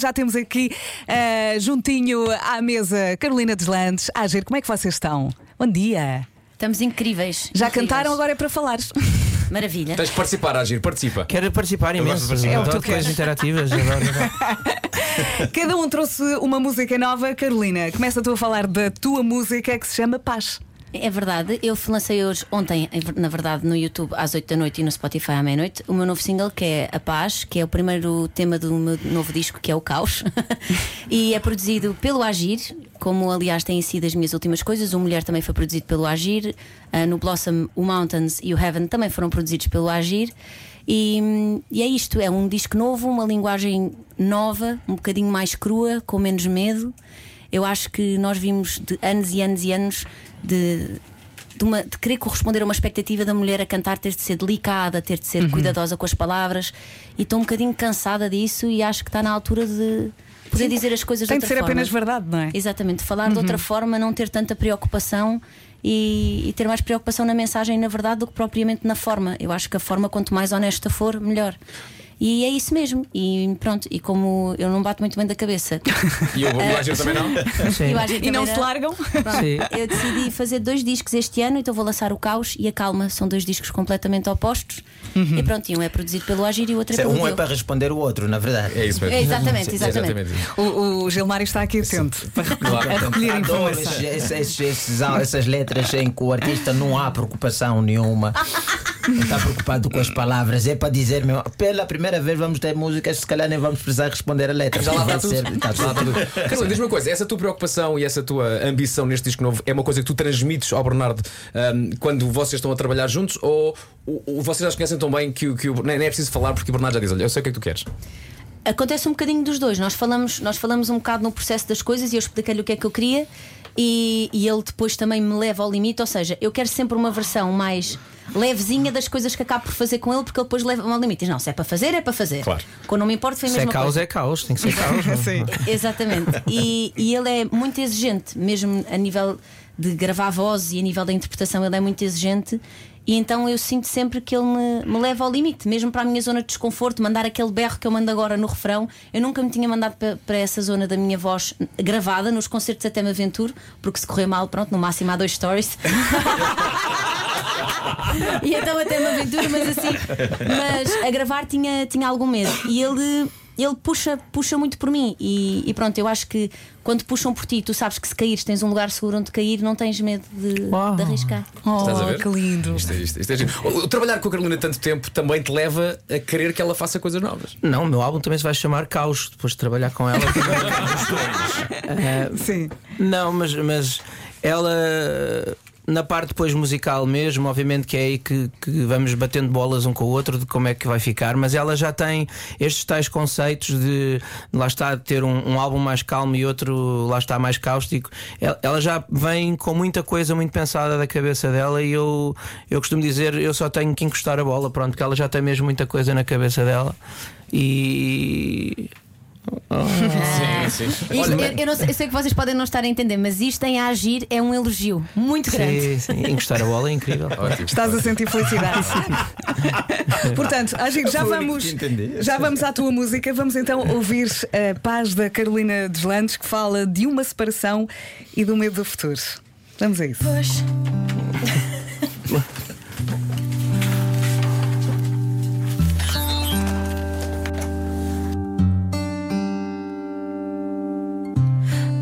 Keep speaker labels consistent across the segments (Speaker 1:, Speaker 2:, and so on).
Speaker 1: Já temos aqui eh, juntinho à mesa Carolina Deslandes. Agir, como é que vocês estão? Bom dia.
Speaker 2: Estamos incríveis.
Speaker 1: Já
Speaker 2: incríveis.
Speaker 1: cantaram, agora é para falares.
Speaker 2: Maravilha.
Speaker 3: Tens que participar, Agir, participa.
Speaker 4: Quero participar
Speaker 3: gosto
Speaker 4: imenso.
Speaker 3: de participar.
Speaker 4: Adoro
Speaker 1: É o que tu
Speaker 4: coisas
Speaker 1: queres.
Speaker 4: interativas. adoro, adoro.
Speaker 1: Cada um trouxe uma música nova. Carolina, começa tu a falar da tua música que se chama Paz.
Speaker 2: É verdade, eu lancei hoje, ontem, em ver- na verdade, no YouTube às 8 da noite e no Spotify à meia-noite, o meu novo single que é A Paz, que é o primeiro tema do meu novo disco que é O Caos. e é produzido pelo Agir, como aliás têm sido as minhas últimas coisas. O Mulher também foi produzido pelo Agir, ah, no Blossom, o Mountains e o Heaven também foram produzidos pelo Agir. E, hum, e é isto, é um disco novo, uma linguagem nova, um bocadinho mais crua, com menos medo. Eu acho que nós vimos de anos e anos e anos de, de, uma- de querer corresponder a uma expectativa da mulher a cantar, ter de ser delicada, ter de
Speaker 1: Uhum.
Speaker 2: ser cuidadosa com as palavras. E estou um bocadinho cansada disso e acho que está na altura de poder dizer as coisas
Speaker 1: Tem
Speaker 2: de
Speaker 1: de
Speaker 2: outra
Speaker 1: ser
Speaker 2: forma.
Speaker 1: apenas verdade, não é? Uhum.
Speaker 2: Exatamente, falar de outra forma, não ter tanta preocupação e, e ter mais preocupação na mensagem, e na verdade, do que propriamente na forma. Eu acho que a forma, quanto mais honesta for, melhor. E é isso mesmo. E pronto, e como eu não bato muito bem da cabeça,
Speaker 3: E o, o Agir também não?
Speaker 4: Sim. é
Speaker 2: eu acho que é
Speaker 1: E não
Speaker 2: também
Speaker 1: se
Speaker 2: era-
Speaker 1: largam?
Speaker 2: Pronto,
Speaker 4: Sim.
Speaker 2: Eu decidi fazer dois discos este ano, então vou lançar o Caos e a Calma. São dois discos completamente opostos.
Speaker 4: Uhum.
Speaker 2: E pronto, e um é produzido pelo Agir e o outro é
Speaker 5: Isso é,
Speaker 2: pelo
Speaker 5: Um é
Speaker 2: Dil.
Speaker 5: para responder o outro, na verdade.
Speaker 3: É isso mesmo.
Speaker 2: É, exatamente,
Speaker 3: Sim,
Speaker 2: exatamente. É.
Speaker 1: O, o Gilmário está aqui atento para
Speaker 3: Claro.
Speaker 1: a É recolher
Speaker 5: Adoro
Speaker 1: informação.
Speaker 5: Então, esses- esses- esses- essas letras em que o artista não há preocupação nenhuma. Não está preocupado com as palavras. É para dizer, meu, pela primeira vez vamos ter músicas, se calhar nem vamos precisar responder a letra.
Speaker 3: Já lá
Speaker 5: Vai
Speaker 3: está tudo.
Speaker 5: ser- está
Speaker 3: Já lá está
Speaker 5: tudo.
Speaker 3: tudo. Carolina, diz-me uma coisa: essa tua preocupação e essa tua ambição neste disco novo é uma coisa que tu transmites ao Bernardo hum, quando vocês estão a trabalhar juntos ou, ou- ou vocês já se conhecem tão bem que, o- que o- nem nem é preciso falar porque o Bernardo já diz: Olha, eu sei o que é que tu queres.
Speaker 2: Acontece um bocadinho dos dois. Nós falamos, nós falamos um bocado no processo das coisas e eu expliquei-lhe o que é que eu queria e, e ele depois também me leva ao limite. Ou seja, eu quero sempre uma versão mais levezinha das coisas que acabo por fazer com ele, porque ele depois leva-me ao limite. Diz, não, se é para fazer, é para fazer.
Speaker 3: Claro.
Speaker 2: Quando não me importa, foi a
Speaker 4: Se é
Speaker 2: mesma
Speaker 4: caos,
Speaker 2: coisa.
Speaker 4: é caos. Tem que ser caos.
Speaker 1: Sim.
Speaker 2: Exatamente. E, e ele é muito exigente, mesmo a nível de gravar voz e a nível da interpretação, ele é muito exigente. E então eu sinto sempre que ele me, me leva ao limite, mesmo para a minha zona de desconforto, mandar aquele berro que eu mando agora no refrão. Eu nunca me tinha mandado pa- para, essa zona da minha voz gravada, nos concertos até me aventuro, porque se correr mal, pronto, no máximo há dois stories. E então até uma aventura, mas assim. Mas a gravar tinha, tinha algum medo. E ele, ele puxa, puxa muito por mim. E, e pronto, eu acho que quando puxam por ti, tu sabes que se caíres, tens um lugar seguro onde cair, não tens medo de, de arriscar.
Speaker 3: Estás a
Speaker 1: Oh,
Speaker 3: ver?
Speaker 1: que lindo.
Speaker 3: Isto é, isto, isto é giro. O- o Trabalhar com a Carolina tanto tempo também te leva a querer que ela faça coisas novas.
Speaker 4: Não, o meu álbum também se vai chamar Caos. Depois de trabalhar com ela.
Speaker 3: é
Speaker 1: Sim.
Speaker 4: Não, mas, mas ela na parte depois musical mesmo, obviamente que é aí que, que vamos batendo bolas um com o outro de como é que vai ficar, mas ela já tem estes tais conceitos de lá está ter um, um álbum mais calmo e outro lá está mais cáustico. Ela, ela já vem com muita coisa muito pensada da cabeça dela e eu, eu costumo dizer eu só tenho que encostar a bola, pronto, que ela já tem mesmo muita coisa na cabeça dela e
Speaker 3: Sim, sim.
Speaker 2: Isto- eu, eu não sei, eu sei que vocês podem não estar a entender, mas isto em agir é um elogio muito grande.
Speaker 4: sim, sim, encostar a bola é incrível.
Speaker 3: Ótimo.
Speaker 1: Estás a sentir felicidade. Portanto, Agir, já
Speaker 5: Foi o único
Speaker 1: vamos,
Speaker 5: que entendi.
Speaker 1: já vamos à tua música. Vamos então ouvir a paz da Carolina Deslandes que fala de uma separação e do medo do futuro. Vamos a isso.
Speaker 6: Pois.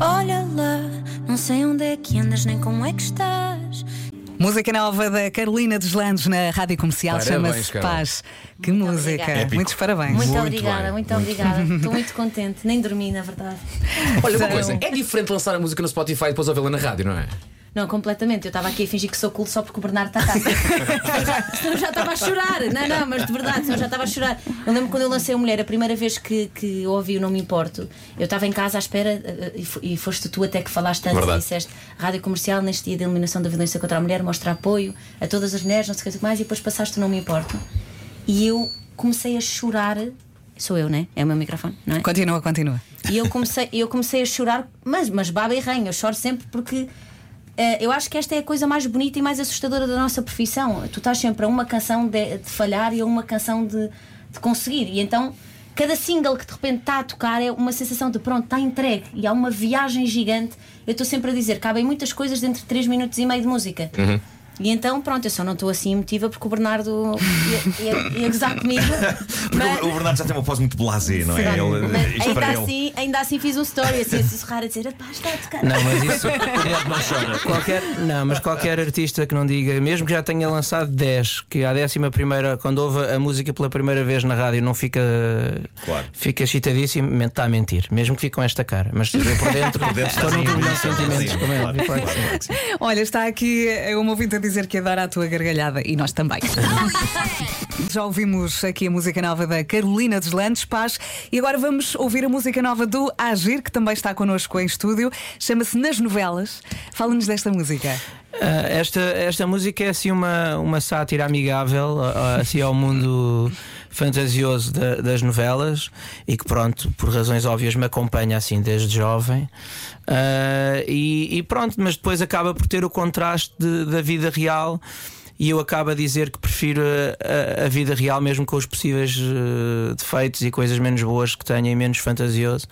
Speaker 6: Olha lá, não sei onde é que andas nem como é que estás.
Speaker 1: Música nova da Carolina Deslandes na Rádio Comercial
Speaker 3: Parabéns,
Speaker 1: chama-se
Speaker 3: Carol.
Speaker 1: Paz. Que música.
Speaker 2: obrigada.
Speaker 1: Muitos parabéns.
Speaker 2: Muito,
Speaker 3: Muito
Speaker 2: obrigada,
Speaker 3: bem,
Speaker 2: muito, obrigada. Estou muito contente, nem dormi, na verdade.
Speaker 3: Olha, uma coisa: é diferente lançar a música no Spotify e depois ouvi-la na rádio, não é?
Speaker 2: Não, completamente. Eu estava aqui a fingir que sou cool só porque o Bernardo está cá. senão já estava a chorar. Não, não, mas de verdade, senão já estava a chorar. Eu lembro quando eu lancei a mulher, a primeira vez que, que eu ouvi o Não Me Importo, eu estava em casa à espera eh, e fo- e foste tu até que falaste antes e
Speaker 3: Verdade.
Speaker 2: disseste Rádio Comercial, neste dia de eliminação da violência contra a mulher, mostra apoio a todas as mulheres, não sei o que mais, e depois passaste o Não Me Importo. E eu comecei a chorar. Sou eu, né? É o meu microfone, não é?
Speaker 1: Continua, continua.
Speaker 2: E eu comecei, eu comecei a chorar, mas, mas baba e ranho, eu choro sempre porque eh, eu acho que esta é a coisa mais bonita e mais assustadora da nossa profissão. Tu estás sempre a uma canção de, de falhar e a uma canção de, de conseguir. E então cada single que de repente está a tocar é uma sensação de pronto, está entregue e há uma viagem gigante. Eu estou sempre a dizer, cabem muitas coisas dentro de 3 minutos e meio de música. E então, pronto, eu só não estou assim emotiva porque o Bernardo ia, ia, ia gozar comigo.
Speaker 7: Porque o- o Bernardo já tem uma pose muito blasé, não é?
Speaker 2: Será?
Speaker 7: Ele-
Speaker 2: Mas
Speaker 7: isto
Speaker 2: ainda,
Speaker 7: para ele.
Speaker 2: assim, ainda assim fiz um story assim, a sussurrar a dizer: pá, está a tocar.
Speaker 4: Não, mas isso. Qualquer, não, mas qualquer artista que não diga, mesmo que já tenha lançado 10, que à décima primeira, quando ouve a música pela primeira vez na rádio, não fica.
Speaker 7: Claro.
Speaker 4: Fica excitadíssimo, está a mentir. Mesmo que fique com esta cara. Mas eu por dentro, tá estou num turbilhão de sentimentos.
Speaker 7: Sim,
Speaker 4: como é
Speaker 7: claro,
Speaker 4: óbvio, claro que sim.
Speaker 1: Olha, está aqui eh, uma ouvinte a dizer que adora a tua gargalhada e nós também. Já ouvimos aqui a música nova da Carolina dos Landes Paz e agora vamos ouvir a música nova do Agir, que também está connosco em estúdio. Chama-se Nas Novelas. Fala-nos desta música.
Speaker 4: Ah, esta, esta música é assim uma, uma sátira amigável ah, ah, assim ao mundo fantasioso da- das novelas e que pronto, por razões óbvias me acompanha assim desde jovem Ah, e, e pronto, mas depois acaba por ter o contraste de- da vida real e eu acabo a dizer que prefiro a, a- a vida real, mesmo com os possíveis eh, defeitos e coisas menos boas que tenha e menos fantasioso,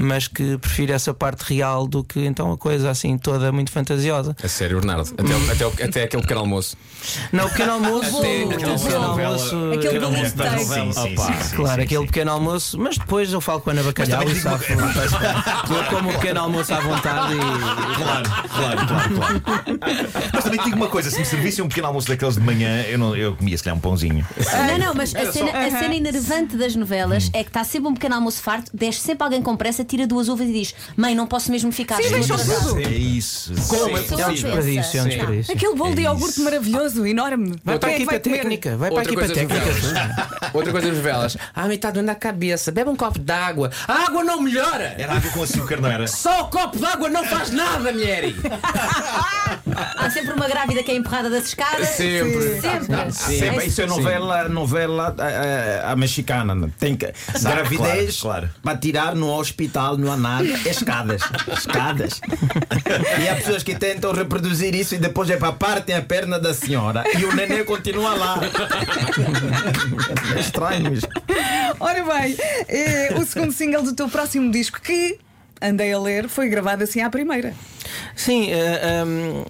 Speaker 4: mas que prefiro essa parte real do que então a coisa assim toda muito fantasiosa.
Speaker 3: A sério, Bernardo. Até, o- até, o- até aquele pequeno almoço.
Speaker 4: Não, o pequeno almoço.
Speaker 3: Até
Speaker 4: o
Speaker 3: aquele
Speaker 4: pequeno
Speaker 3: novela-
Speaker 4: almoço.
Speaker 1: aquele
Speaker 4: aquele-
Speaker 1: bolinho de
Speaker 7: Sim,
Speaker 1: texto.
Speaker 7: sim, sim, sim, sim,
Speaker 4: Claro,
Speaker 7: sim,
Speaker 4: aquele
Speaker 7: sim.
Speaker 4: pequeno almoço, mas depois eu falo com a Ana Bacalhau e sabe. Eu como o pequeno almoço à vontade e.
Speaker 7: Claro, claro, claro, claro. Mas também te digo uma coisa: se me servissem um pequeno almoço daqueles de manhã, eu, não, eu comia se calhar um pãozinho.
Speaker 2: Não, não, mas a cena, a cena enervante das novelas é que está sempre um pequeno almoço farto, desce sempre alguém com pressa, tira duas uvas e diz: Mãe, não posso mesmo ficar
Speaker 1: Sim,
Speaker 2: estou
Speaker 1: deixa
Speaker 2: atrasada."
Speaker 1: tudo.
Speaker 7: É isso.
Speaker 3: Como
Speaker 7: sim.
Speaker 3: é
Speaker 4: É um
Speaker 2: Sim.
Speaker 4: desperdício, é um
Speaker 3: Sim.
Speaker 4: desperdício.
Speaker 1: Aquele bolo de iogurte maravilhoso, enorme.
Speaker 4: Vai
Speaker 1: Quem
Speaker 4: para a
Speaker 1: é que
Speaker 4: equipa
Speaker 1: comer?
Speaker 4: técnica, vai para a
Speaker 3: Outra
Speaker 4: equipa
Speaker 3: coisa, das
Speaker 4: técnica.
Speaker 3: novelas. Outra coisa das novelas. Ah, me está doendo a cabeça. Bebe um copo d'água. A água não melhora.
Speaker 7: Era água com açúcar, não era?
Speaker 3: Só o copo d'água não faz nada, mulher!
Speaker 2: Há sempre uma grávida que é empurrada das escadas.
Speaker 3: Sempre.
Speaker 2: Sempre.
Speaker 5: Sim, mas isso é novela, novela
Speaker 7: eh,
Speaker 5: a, mexicana.
Speaker 7: é?
Speaker 5: né? Tem que, gravidez
Speaker 7: claro, claro.
Speaker 5: para tirar no hospital, não há nada. É escadas. escadas. e há pessoas que tentam reproduzir isso e depois é para partem a perna da senhora e o neném continua lá. é estranho isto.
Speaker 1: Ora bem, eh, o segundo single do teu próximo disco que. Andei a ler, foi gravado assim à primeira.
Speaker 4: Sim, eh, hum,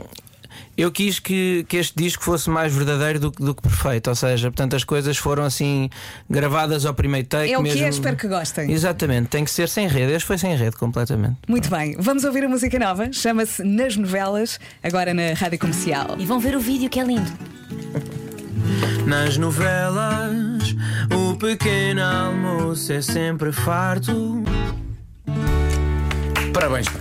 Speaker 4: eu quis que, que este disco fosse mais verdadeiro do, que- do que perfeito, ou seja, portanto as coisas foram assim gravadas ao primeiro take.
Speaker 1: É o que
Speaker 4: mesmo...
Speaker 1: é, espero que gostem.
Speaker 4: Exatamente, tem que ser sem rede. Este foi sem rede completamente.
Speaker 1: Muito bem, vamos ouvir a música nova, chama-se Nas Novelas, agora na Rádio Comercial.
Speaker 2: E vão ver o vídeo que é lindo.
Speaker 4: Nas novelas, o pequeno almoço é sempre farto.
Speaker 3: Parabéns, pá.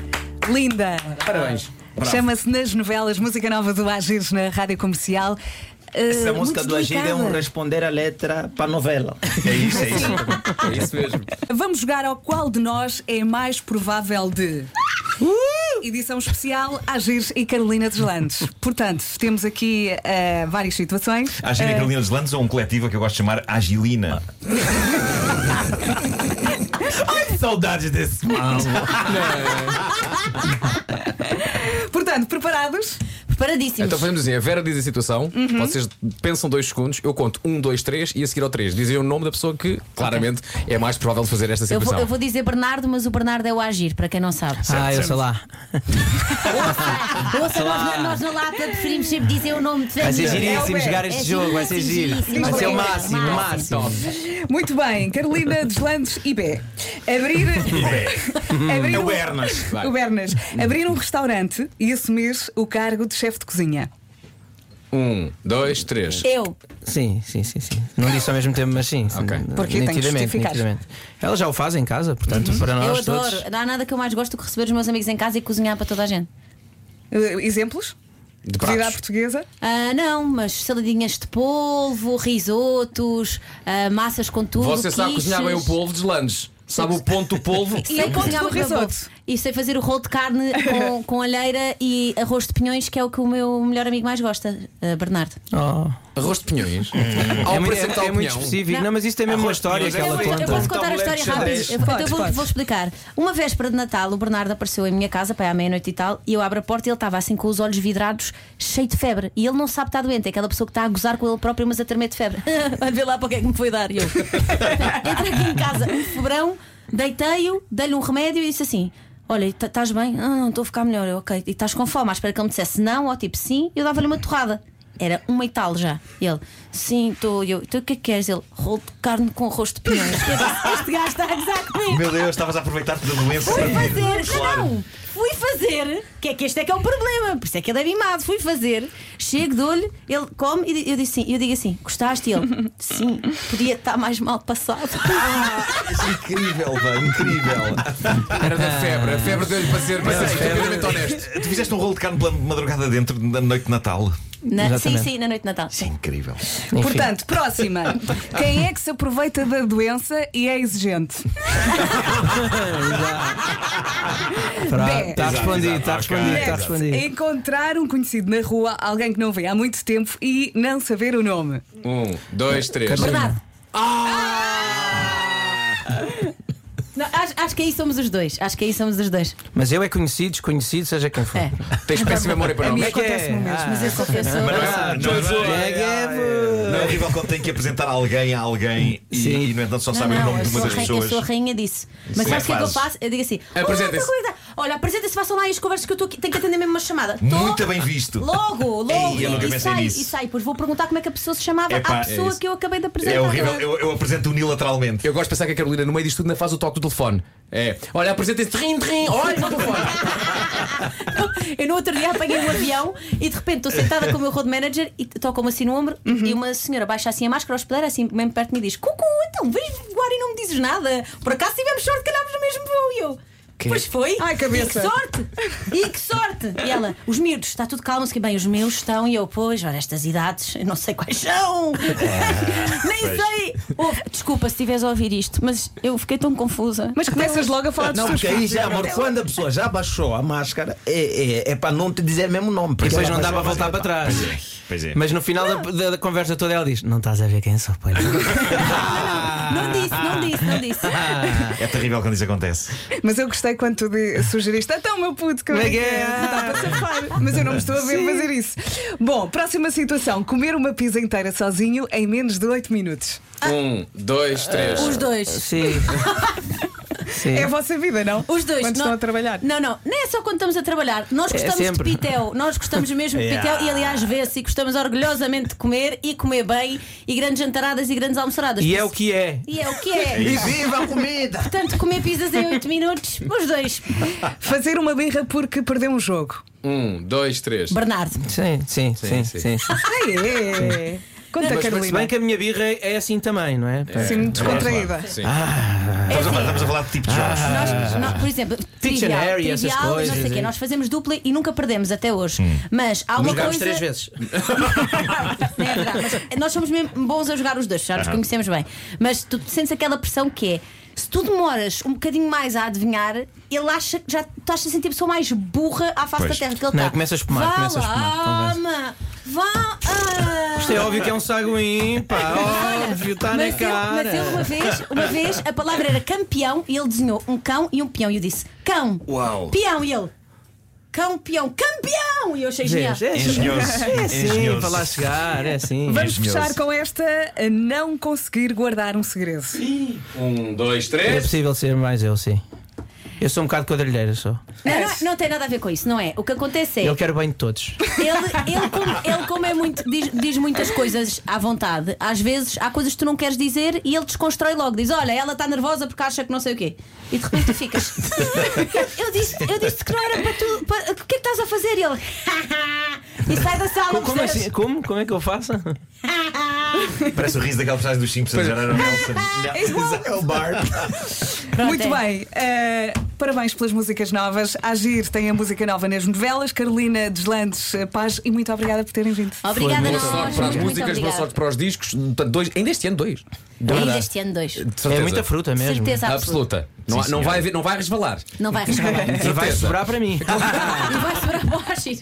Speaker 1: Linda!
Speaker 3: Parabéns.
Speaker 1: Chama-se Nas Novelas, música nova do Agires na Rádio Comercial. Eh,
Speaker 5: Essa música
Speaker 1: muito
Speaker 5: do Agir é um
Speaker 1: delicada.
Speaker 5: responder a letra para a novela.
Speaker 7: É isso, é isso.
Speaker 3: É isso mesmo.
Speaker 1: Vamos jogar ao qual de nós é mais provável de.
Speaker 5: Uh!
Speaker 1: Edição especial Agires e Carolina dos Landes. Portanto, temos aqui eh, várias situações.
Speaker 7: Agilina Carolina dos Landes ou um coletivo que eu gosto de chamar Agilina. Ai, que saudades desse mal.
Speaker 1: Portanto, preparados?
Speaker 2: Preparadíssimos.
Speaker 3: Então fazemos assim: a Vera diz a situação, vocês pensam dois segundos, eu conto um, dois, três e a seguir ao três. Dizem o nome da pessoa que claramente é mais provável de fazer esta
Speaker 2: eu,
Speaker 3: situação.
Speaker 2: vou, eu vou dizer Bernardo, mas o Bernardo é o agir, para quem não sabe.
Speaker 4: ah, eu sei lá.
Speaker 2: Ouça, nós, na- nós na lata preferimos sempre dizer o nome de
Speaker 4: Vai ser
Speaker 2: família.
Speaker 4: é giríssimo jogar este jogo, vai ser giro.
Speaker 2: é giríssimo.
Speaker 4: Vai ser o máximo, o máximo.
Speaker 1: Muito bem, Carolina dos Landes e B. Abrir. abrir
Speaker 7: É o
Speaker 1: um-
Speaker 7: Ernas.
Speaker 3: Vai.
Speaker 1: O Bernas, abrir um restaurante e assumir o cargo de chefe de cozinha.
Speaker 3: Um, dois, três.
Speaker 2: Eu.
Speaker 4: Sim, sim, sim, sim. Não disse ao mesmo tempo, mas sim. sim,
Speaker 3: Ok.
Speaker 1: Porque tem que
Speaker 4: nitidamente,
Speaker 1: justificar.
Speaker 4: nitidamente. Elas já o fazem em casa, portanto, para
Speaker 2: Eu
Speaker 4: nós
Speaker 2: adoro.
Speaker 4: todos.
Speaker 2: Não há nada que eu mais gosto do que receber os meus amigos em casa e cozinhar para toda a gente.
Speaker 1: Eh, exemplos?
Speaker 3: De
Speaker 1: Cozinha à
Speaker 3: pratos.
Speaker 1: portuguesa?
Speaker 2: Ah, não, mas saladinhas de polvo, risotos, ah, massas com tudo.
Speaker 3: Você sabe
Speaker 2: quiches.
Speaker 3: cozinhar bem o polvo dos Landes. Sabe o ponto do polvo?
Speaker 2: E eu cozinhava
Speaker 1: do
Speaker 2: bem o
Speaker 1: risoto.
Speaker 2: polvo. E sei fazer o rolo de carne com, com alheira e arroz de pinhões, que é o que o meu melhor amigo mais gosta, eh, Bernardo.
Speaker 4: Oh.
Speaker 3: Arroz de pinhões. Ao
Speaker 4: É, muito-
Speaker 3: preço de tal
Speaker 4: é muito
Speaker 3: pinhão.
Speaker 4: específico. Não.
Speaker 2: Não.
Speaker 4: mas isto é mesmo uma história que
Speaker 7: tinhas,
Speaker 4: ela
Speaker 7: é
Speaker 2: Eu,
Speaker 7: muito-
Speaker 4: conta.
Speaker 2: eu posso contar a
Speaker 7: Tabuleiro de
Speaker 2: história rápido.
Speaker 7: xadrez.
Speaker 2: Eu, então
Speaker 1: Podes,
Speaker 2: vou,
Speaker 1: podes.
Speaker 2: vou explicar. Uma véspera de Natal, o Bernardo apareceu em minha casa para aí à meia-noite e tal, e eu abro a porta e ele estava assim com os olhos vidrados, cheio de febre. E ele não sabe estar doente, é aquela pessoa que está a gozar com ele próprio, mas a tremer de febre. Olha vê lá para o que é que me foi dar. E eu entrei aqui em casa, um febrão, deitei-o, dei-lhe um remédio e disse assim. Olha, e tá- estás bem? Ah, não, estou a ficar melhor. Eu, ok. E estás com fome? À espera que ele me dissesse não, ou tipo sim, eu dava-lhe uma torrada. Era uma e tal já. E ele, sim, estou. E eu, então o que é que queres? Ele, rolo de carne com rosto de pinhões. Eu disse, este gajo está a gozar comigo.
Speaker 7: Meu Deus, estavas a aproveitar-te da doença.
Speaker 2: Fui fazer, Ah,
Speaker 7: Claro.
Speaker 2: não, fui fazer, que é que este é que é o problema, por isso é que ele é mimado. Fui fazer, chego, dou-lhe, ele come e di- eu, disse assim, eu digo assim: gostaste? E Ele, sim, podia estar mais mal passado.
Speaker 7: É Incrível, pá, incrível. Ah,
Speaker 3: Era da
Speaker 2: Ah.
Speaker 3: febre. A febre deu-lhe para ser, para ser completamente honesto.
Speaker 7: Tu fizeste um rolo de carne pela madrugada dentro na noite de Natal.
Speaker 2: Na- sim,
Speaker 4: Exatamente.
Speaker 2: sim, na noite de Natal.
Speaker 7: Isso é incrível.
Speaker 1: Portanto, próxima. Quem é que se aproveita da doença e é exigente?
Speaker 4: Pra-
Speaker 1: Bem.
Speaker 4: Está
Speaker 1: Exato,
Speaker 3: Ah,
Speaker 4: respondido, está respondido,
Speaker 7: exato, ok.
Speaker 4: está
Speaker 3: tá
Speaker 1: Next.
Speaker 4: Tá respondido.
Speaker 1: Encontrar um conhecido na rua, alguém que não vê há muito tempo e não saber o nome.
Speaker 3: Um, dois, três.
Speaker 2: Verdade.
Speaker 7: Ah!
Speaker 2: Não, acho, acho que aí somos os dois. Acho que aí somos os dois.
Speaker 4: Mas eu é conhecido, desconhecido, seja quem for.
Speaker 2: É.
Speaker 3: Tens péssima memória para
Speaker 1: A mim
Speaker 3: nomes.
Speaker 1: acontece-me
Speaker 5: é
Speaker 1: o mesmo. é-
Speaker 2: Mas eu sou. Eu sou-
Speaker 7: Ah, não, é- não, é- não é horrível quando tem que apresentar alguém a alguém e,
Speaker 4: Sim.
Speaker 7: e, no entanto, só
Speaker 2: Não,
Speaker 7: sabem o
Speaker 2: não,
Speaker 7: nome
Speaker 2: eu
Speaker 7: de uma
Speaker 2: sou
Speaker 7: das
Speaker 2: a rainha- Eu sou a
Speaker 7: pessoas.
Speaker 2: rainha disso. Mas
Speaker 7: Sim,
Speaker 2: sabes o que é que eu
Speaker 7: fazes.
Speaker 2: faço? Eu digo assim: "Olá,
Speaker 3: Apresentem-se.
Speaker 2: outra coisa. Olha, apresentem-se, façam lá as conversas que eu estou aqui. Tenho que atender mesmo uma chamada. Tô-
Speaker 7: Muito bem visto.
Speaker 2: Logo, logo.
Speaker 7: Ei,
Speaker 2: e,
Speaker 7: É, eu nunca
Speaker 2: e
Speaker 7: pensei
Speaker 2: sai,
Speaker 7: nisso.
Speaker 2: e sai. Pois vou perguntar como é que a pessoa se chamava
Speaker 7: Epá,
Speaker 2: à
Speaker 7: é
Speaker 2: pessoa
Speaker 7: isso.
Speaker 2: que eu acabei de apresentar.
Speaker 7: É horrível, eu, eu apresento unilateralmente.
Speaker 3: Eu gosto de pensar que a Carolina, no meio disto tudo, ainda faz o toque do telefone. É. Olha, apresentem-se. Trim, trim. Olha, para o telefone.
Speaker 2: Eu no outro dia apanhei um avião e de repente estou sentada com o meu road manager e tocam-me assim no ombro
Speaker 1: Uhum.
Speaker 2: e uma senhora baixa assim a máscara hospedeira, assim mesmo perto de mim e diz: Cucu, então vens voar e não me dizes nada. Por acaso tivemos sorte que andámos no mesmo voo e eu. Pois foi?
Speaker 1: Ai, cabeça.
Speaker 2: E que sorte! E que sorte! E ela, os miúdos, está tudo calmo, se que bem, os meus estão, e eu, pois, olha, estas idades, eu não sei quais são!
Speaker 1: Ah,
Speaker 2: Nem sei! Ouve, desculpa se estiveres a ouvir isto, mas eu fiquei tão confusa.
Speaker 1: Mas começas logo a falar dos
Speaker 5: Não,
Speaker 1: teus
Speaker 5: porque aí
Speaker 1: filhos.
Speaker 5: já, É, amor, quando a pessoa já baixou a máscara, é, é, é para não te dizer mesmo o nome.
Speaker 4: E
Speaker 5: porque
Speaker 4: depois
Speaker 5: ela
Speaker 4: não dá para
Speaker 5: baixou
Speaker 4: voltar
Speaker 5: a
Speaker 4: para trás.
Speaker 7: Pois é, pois é.
Speaker 4: Mas no final da, da- da conversa toda ela diz: Não estás a ver quem sou, pois.
Speaker 2: Não disse, não disse, não disse.
Speaker 1: Ah,
Speaker 7: É terrível quando isso acontece.
Speaker 1: Mas eu gostei quando tu de- sugeriste. Então, meu puto, como é que é?
Speaker 4: Miguel.
Speaker 1: Dá para safar. Mas eu não me estou a ver fazer isso. Bom, próxima situação: comer uma pizza inteira sozinho em menos de 8 minutos.
Speaker 3: Um, dois, três.
Speaker 2: Os dois.
Speaker 4: Sim. Sim.
Speaker 1: É a vossa vida, não?
Speaker 2: Os dois.
Speaker 1: Quando
Speaker 2: não-
Speaker 1: estão a trabalhar.
Speaker 2: Não, não. Nem é só quando estamos a trabalhar. Nós gostamos de
Speaker 4: É sempre.
Speaker 2: pitel. Nós gostamos mesmo de
Speaker 5: Yeah.
Speaker 2: pitel. E aliás, vê-se. E gostamos orgulhosamente de comer e comer bem. E grandes jantaradas e grandes almoçaradas.
Speaker 4: E é o que é.
Speaker 2: E é o que é.
Speaker 5: E viva a comida!
Speaker 2: Portanto, comer pizzas em 8 minutos, os dois.
Speaker 1: Fazer uma birra porque perdeu um jogo.
Speaker 3: Um, dois, três.
Speaker 2: Bernardo.
Speaker 4: Sim, sim, sim,
Speaker 3: sim.
Speaker 4: sim. sim,
Speaker 1: Ah, é? Conta,
Speaker 3: Mas-
Speaker 4: Se
Speaker 1: Carolina.
Speaker 4: bem que a minha birra é assim também, não é?
Speaker 1: Sim, muito descontraída.
Speaker 3: Sim.
Speaker 7: Estamos a falar, estamos a falar de tipo de
Speaker 5: Ah.
Speaker 7: jogos.
Speaker 2: Nós, nó- por exemplo, trivial,
Speaker 4: Dictionary,
Speaker 2: trivial
Speaker 4: Ah. essas
Speaker 2: não sei
Speaker 4: coisas,
Speaker 2: o quê.
Speaker 4: é.
Speaker 2: Nós fazemos dupla e nunca perdemos até hoje. Mas há uma
Speaker 4: Jogámos
Speaker 2: coisa.
Speaker 4: três vezes.
Speaker 2: Não é verdade, mas nós somos mesmo bons a jogar os dois, já nos conhecemos bem. Mas tu sentes aquela pressão que é. Se tu demoras um bocadinho mais a adivinhar, ele acha que já tu achas a sentir a pessoa mais burra à face
Speaker 7: Pois.
Speaker 2: da terra que ele
Speaker 4: Não,
Speaker 2: está.
Speaker 4: começa a espumar,
Speaker 2: Vá
Speaker 4: começa a espumar,
Speaker 2: lá, ama, vá. ah.
Speaker 4: Isto é óbvio que é um saguim, pá.
Speaker 2: Olha,
Speaker 4: Óbvio, está na
Speaker 2: mas, é eu,
Speaker 4: cara.
Speaker 2: mas eu uma vez, uma vez a palavra era campeão e ele desenhou um cão e um peão. E eu disse: cão,
Speaker 7: Uau.
Speaker 2: peão. E ele: cão, peão, campeão. E eu achei genial.
Speaker 4: Vês? É assim.
Speaker 7: Engenhoso.
Speaker 4: É assim,
Speaker 7: Engenhoso.
Speaker 4: para lá chegar, é assim.
Speaker 1: Vamos
Speaker 7: Engenhoso.
Speaker 1: fechar com esta a não conseguir guardar um segredo.
Speaker 3: Um, dois,
Speaker 4: É
Speaker 3: três.
Speaker 4: possível ser mais eu, sim. Eu sou um bocado quadrilheiro, sou.
Speaker 2: Não, não, não tem nada a ver com isso, não é? O que acontece é.
Speaker 4: Eu quero bem de todos.
Speaker 2: Ele, ele, como, ele como é muito, diz, diz muitas coisas à vontade, às vezes há coisas que tu não queres dizer e ele desconstrói logo. Diz: Olha, ela está nervosa porque acha que não sei o quê. E de repente tu ficas. Eu, eu disse, eu disse que não era para tu. para- o que é que estás a fazer? E ele. E sai da sala.
Speaker 4: Como, como
Speaker 2: percebes?
Speaker 4: assim? Como? Como é que eu faço?
Speaker 7: Parece o riso daquela
Speaker 2: É
Speaker 7: personagem dos Simpsons. Já era o Nelson.
Speaker 1: igual.
Speaker 7: É o Bart.
Speaker 2: Pronto,
Speaker 1: Muito
Speaker 2: é.
Speaker 1: bem. eh, Parabéns pelas músicas novas. Agir tem a música nova nas novelas. Carolina Deslandes eh, Paz, e muito obrigada por terem vindo.
Speaker 2: Obrigada,
Speaker 3: Boa
Speaker 2: nós.
Speaker 3: sorte para as
Speaker 2: Muito
Speaker 3: músicas, boa
Speaker 2: obrigada.
Speaker 3: sorte para os discos. Portanto, dois, ainda este ano, dois.
Speaker 2: Ainda este ano, dois.
Speaker 3: De
Speaker 4: É
Speaker 3: certeza.
Speaker 4: muita fruta mesmo.
Speaker 2: Certeza absoluta.
Speaker 3: Absoluta. Não, há- não, vai haver, não vai resvalar.
Speaker 2: Não vai resgalar.
Speaker 4: E vai
Speaker 3: Certeza.
Speaker 4: sobrar para mim.
Speaker 2: e vai sobrar para o Agir.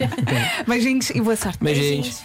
Speaker 1: Beijinhos e boa sorte.
Speaker 4: Beijinhos.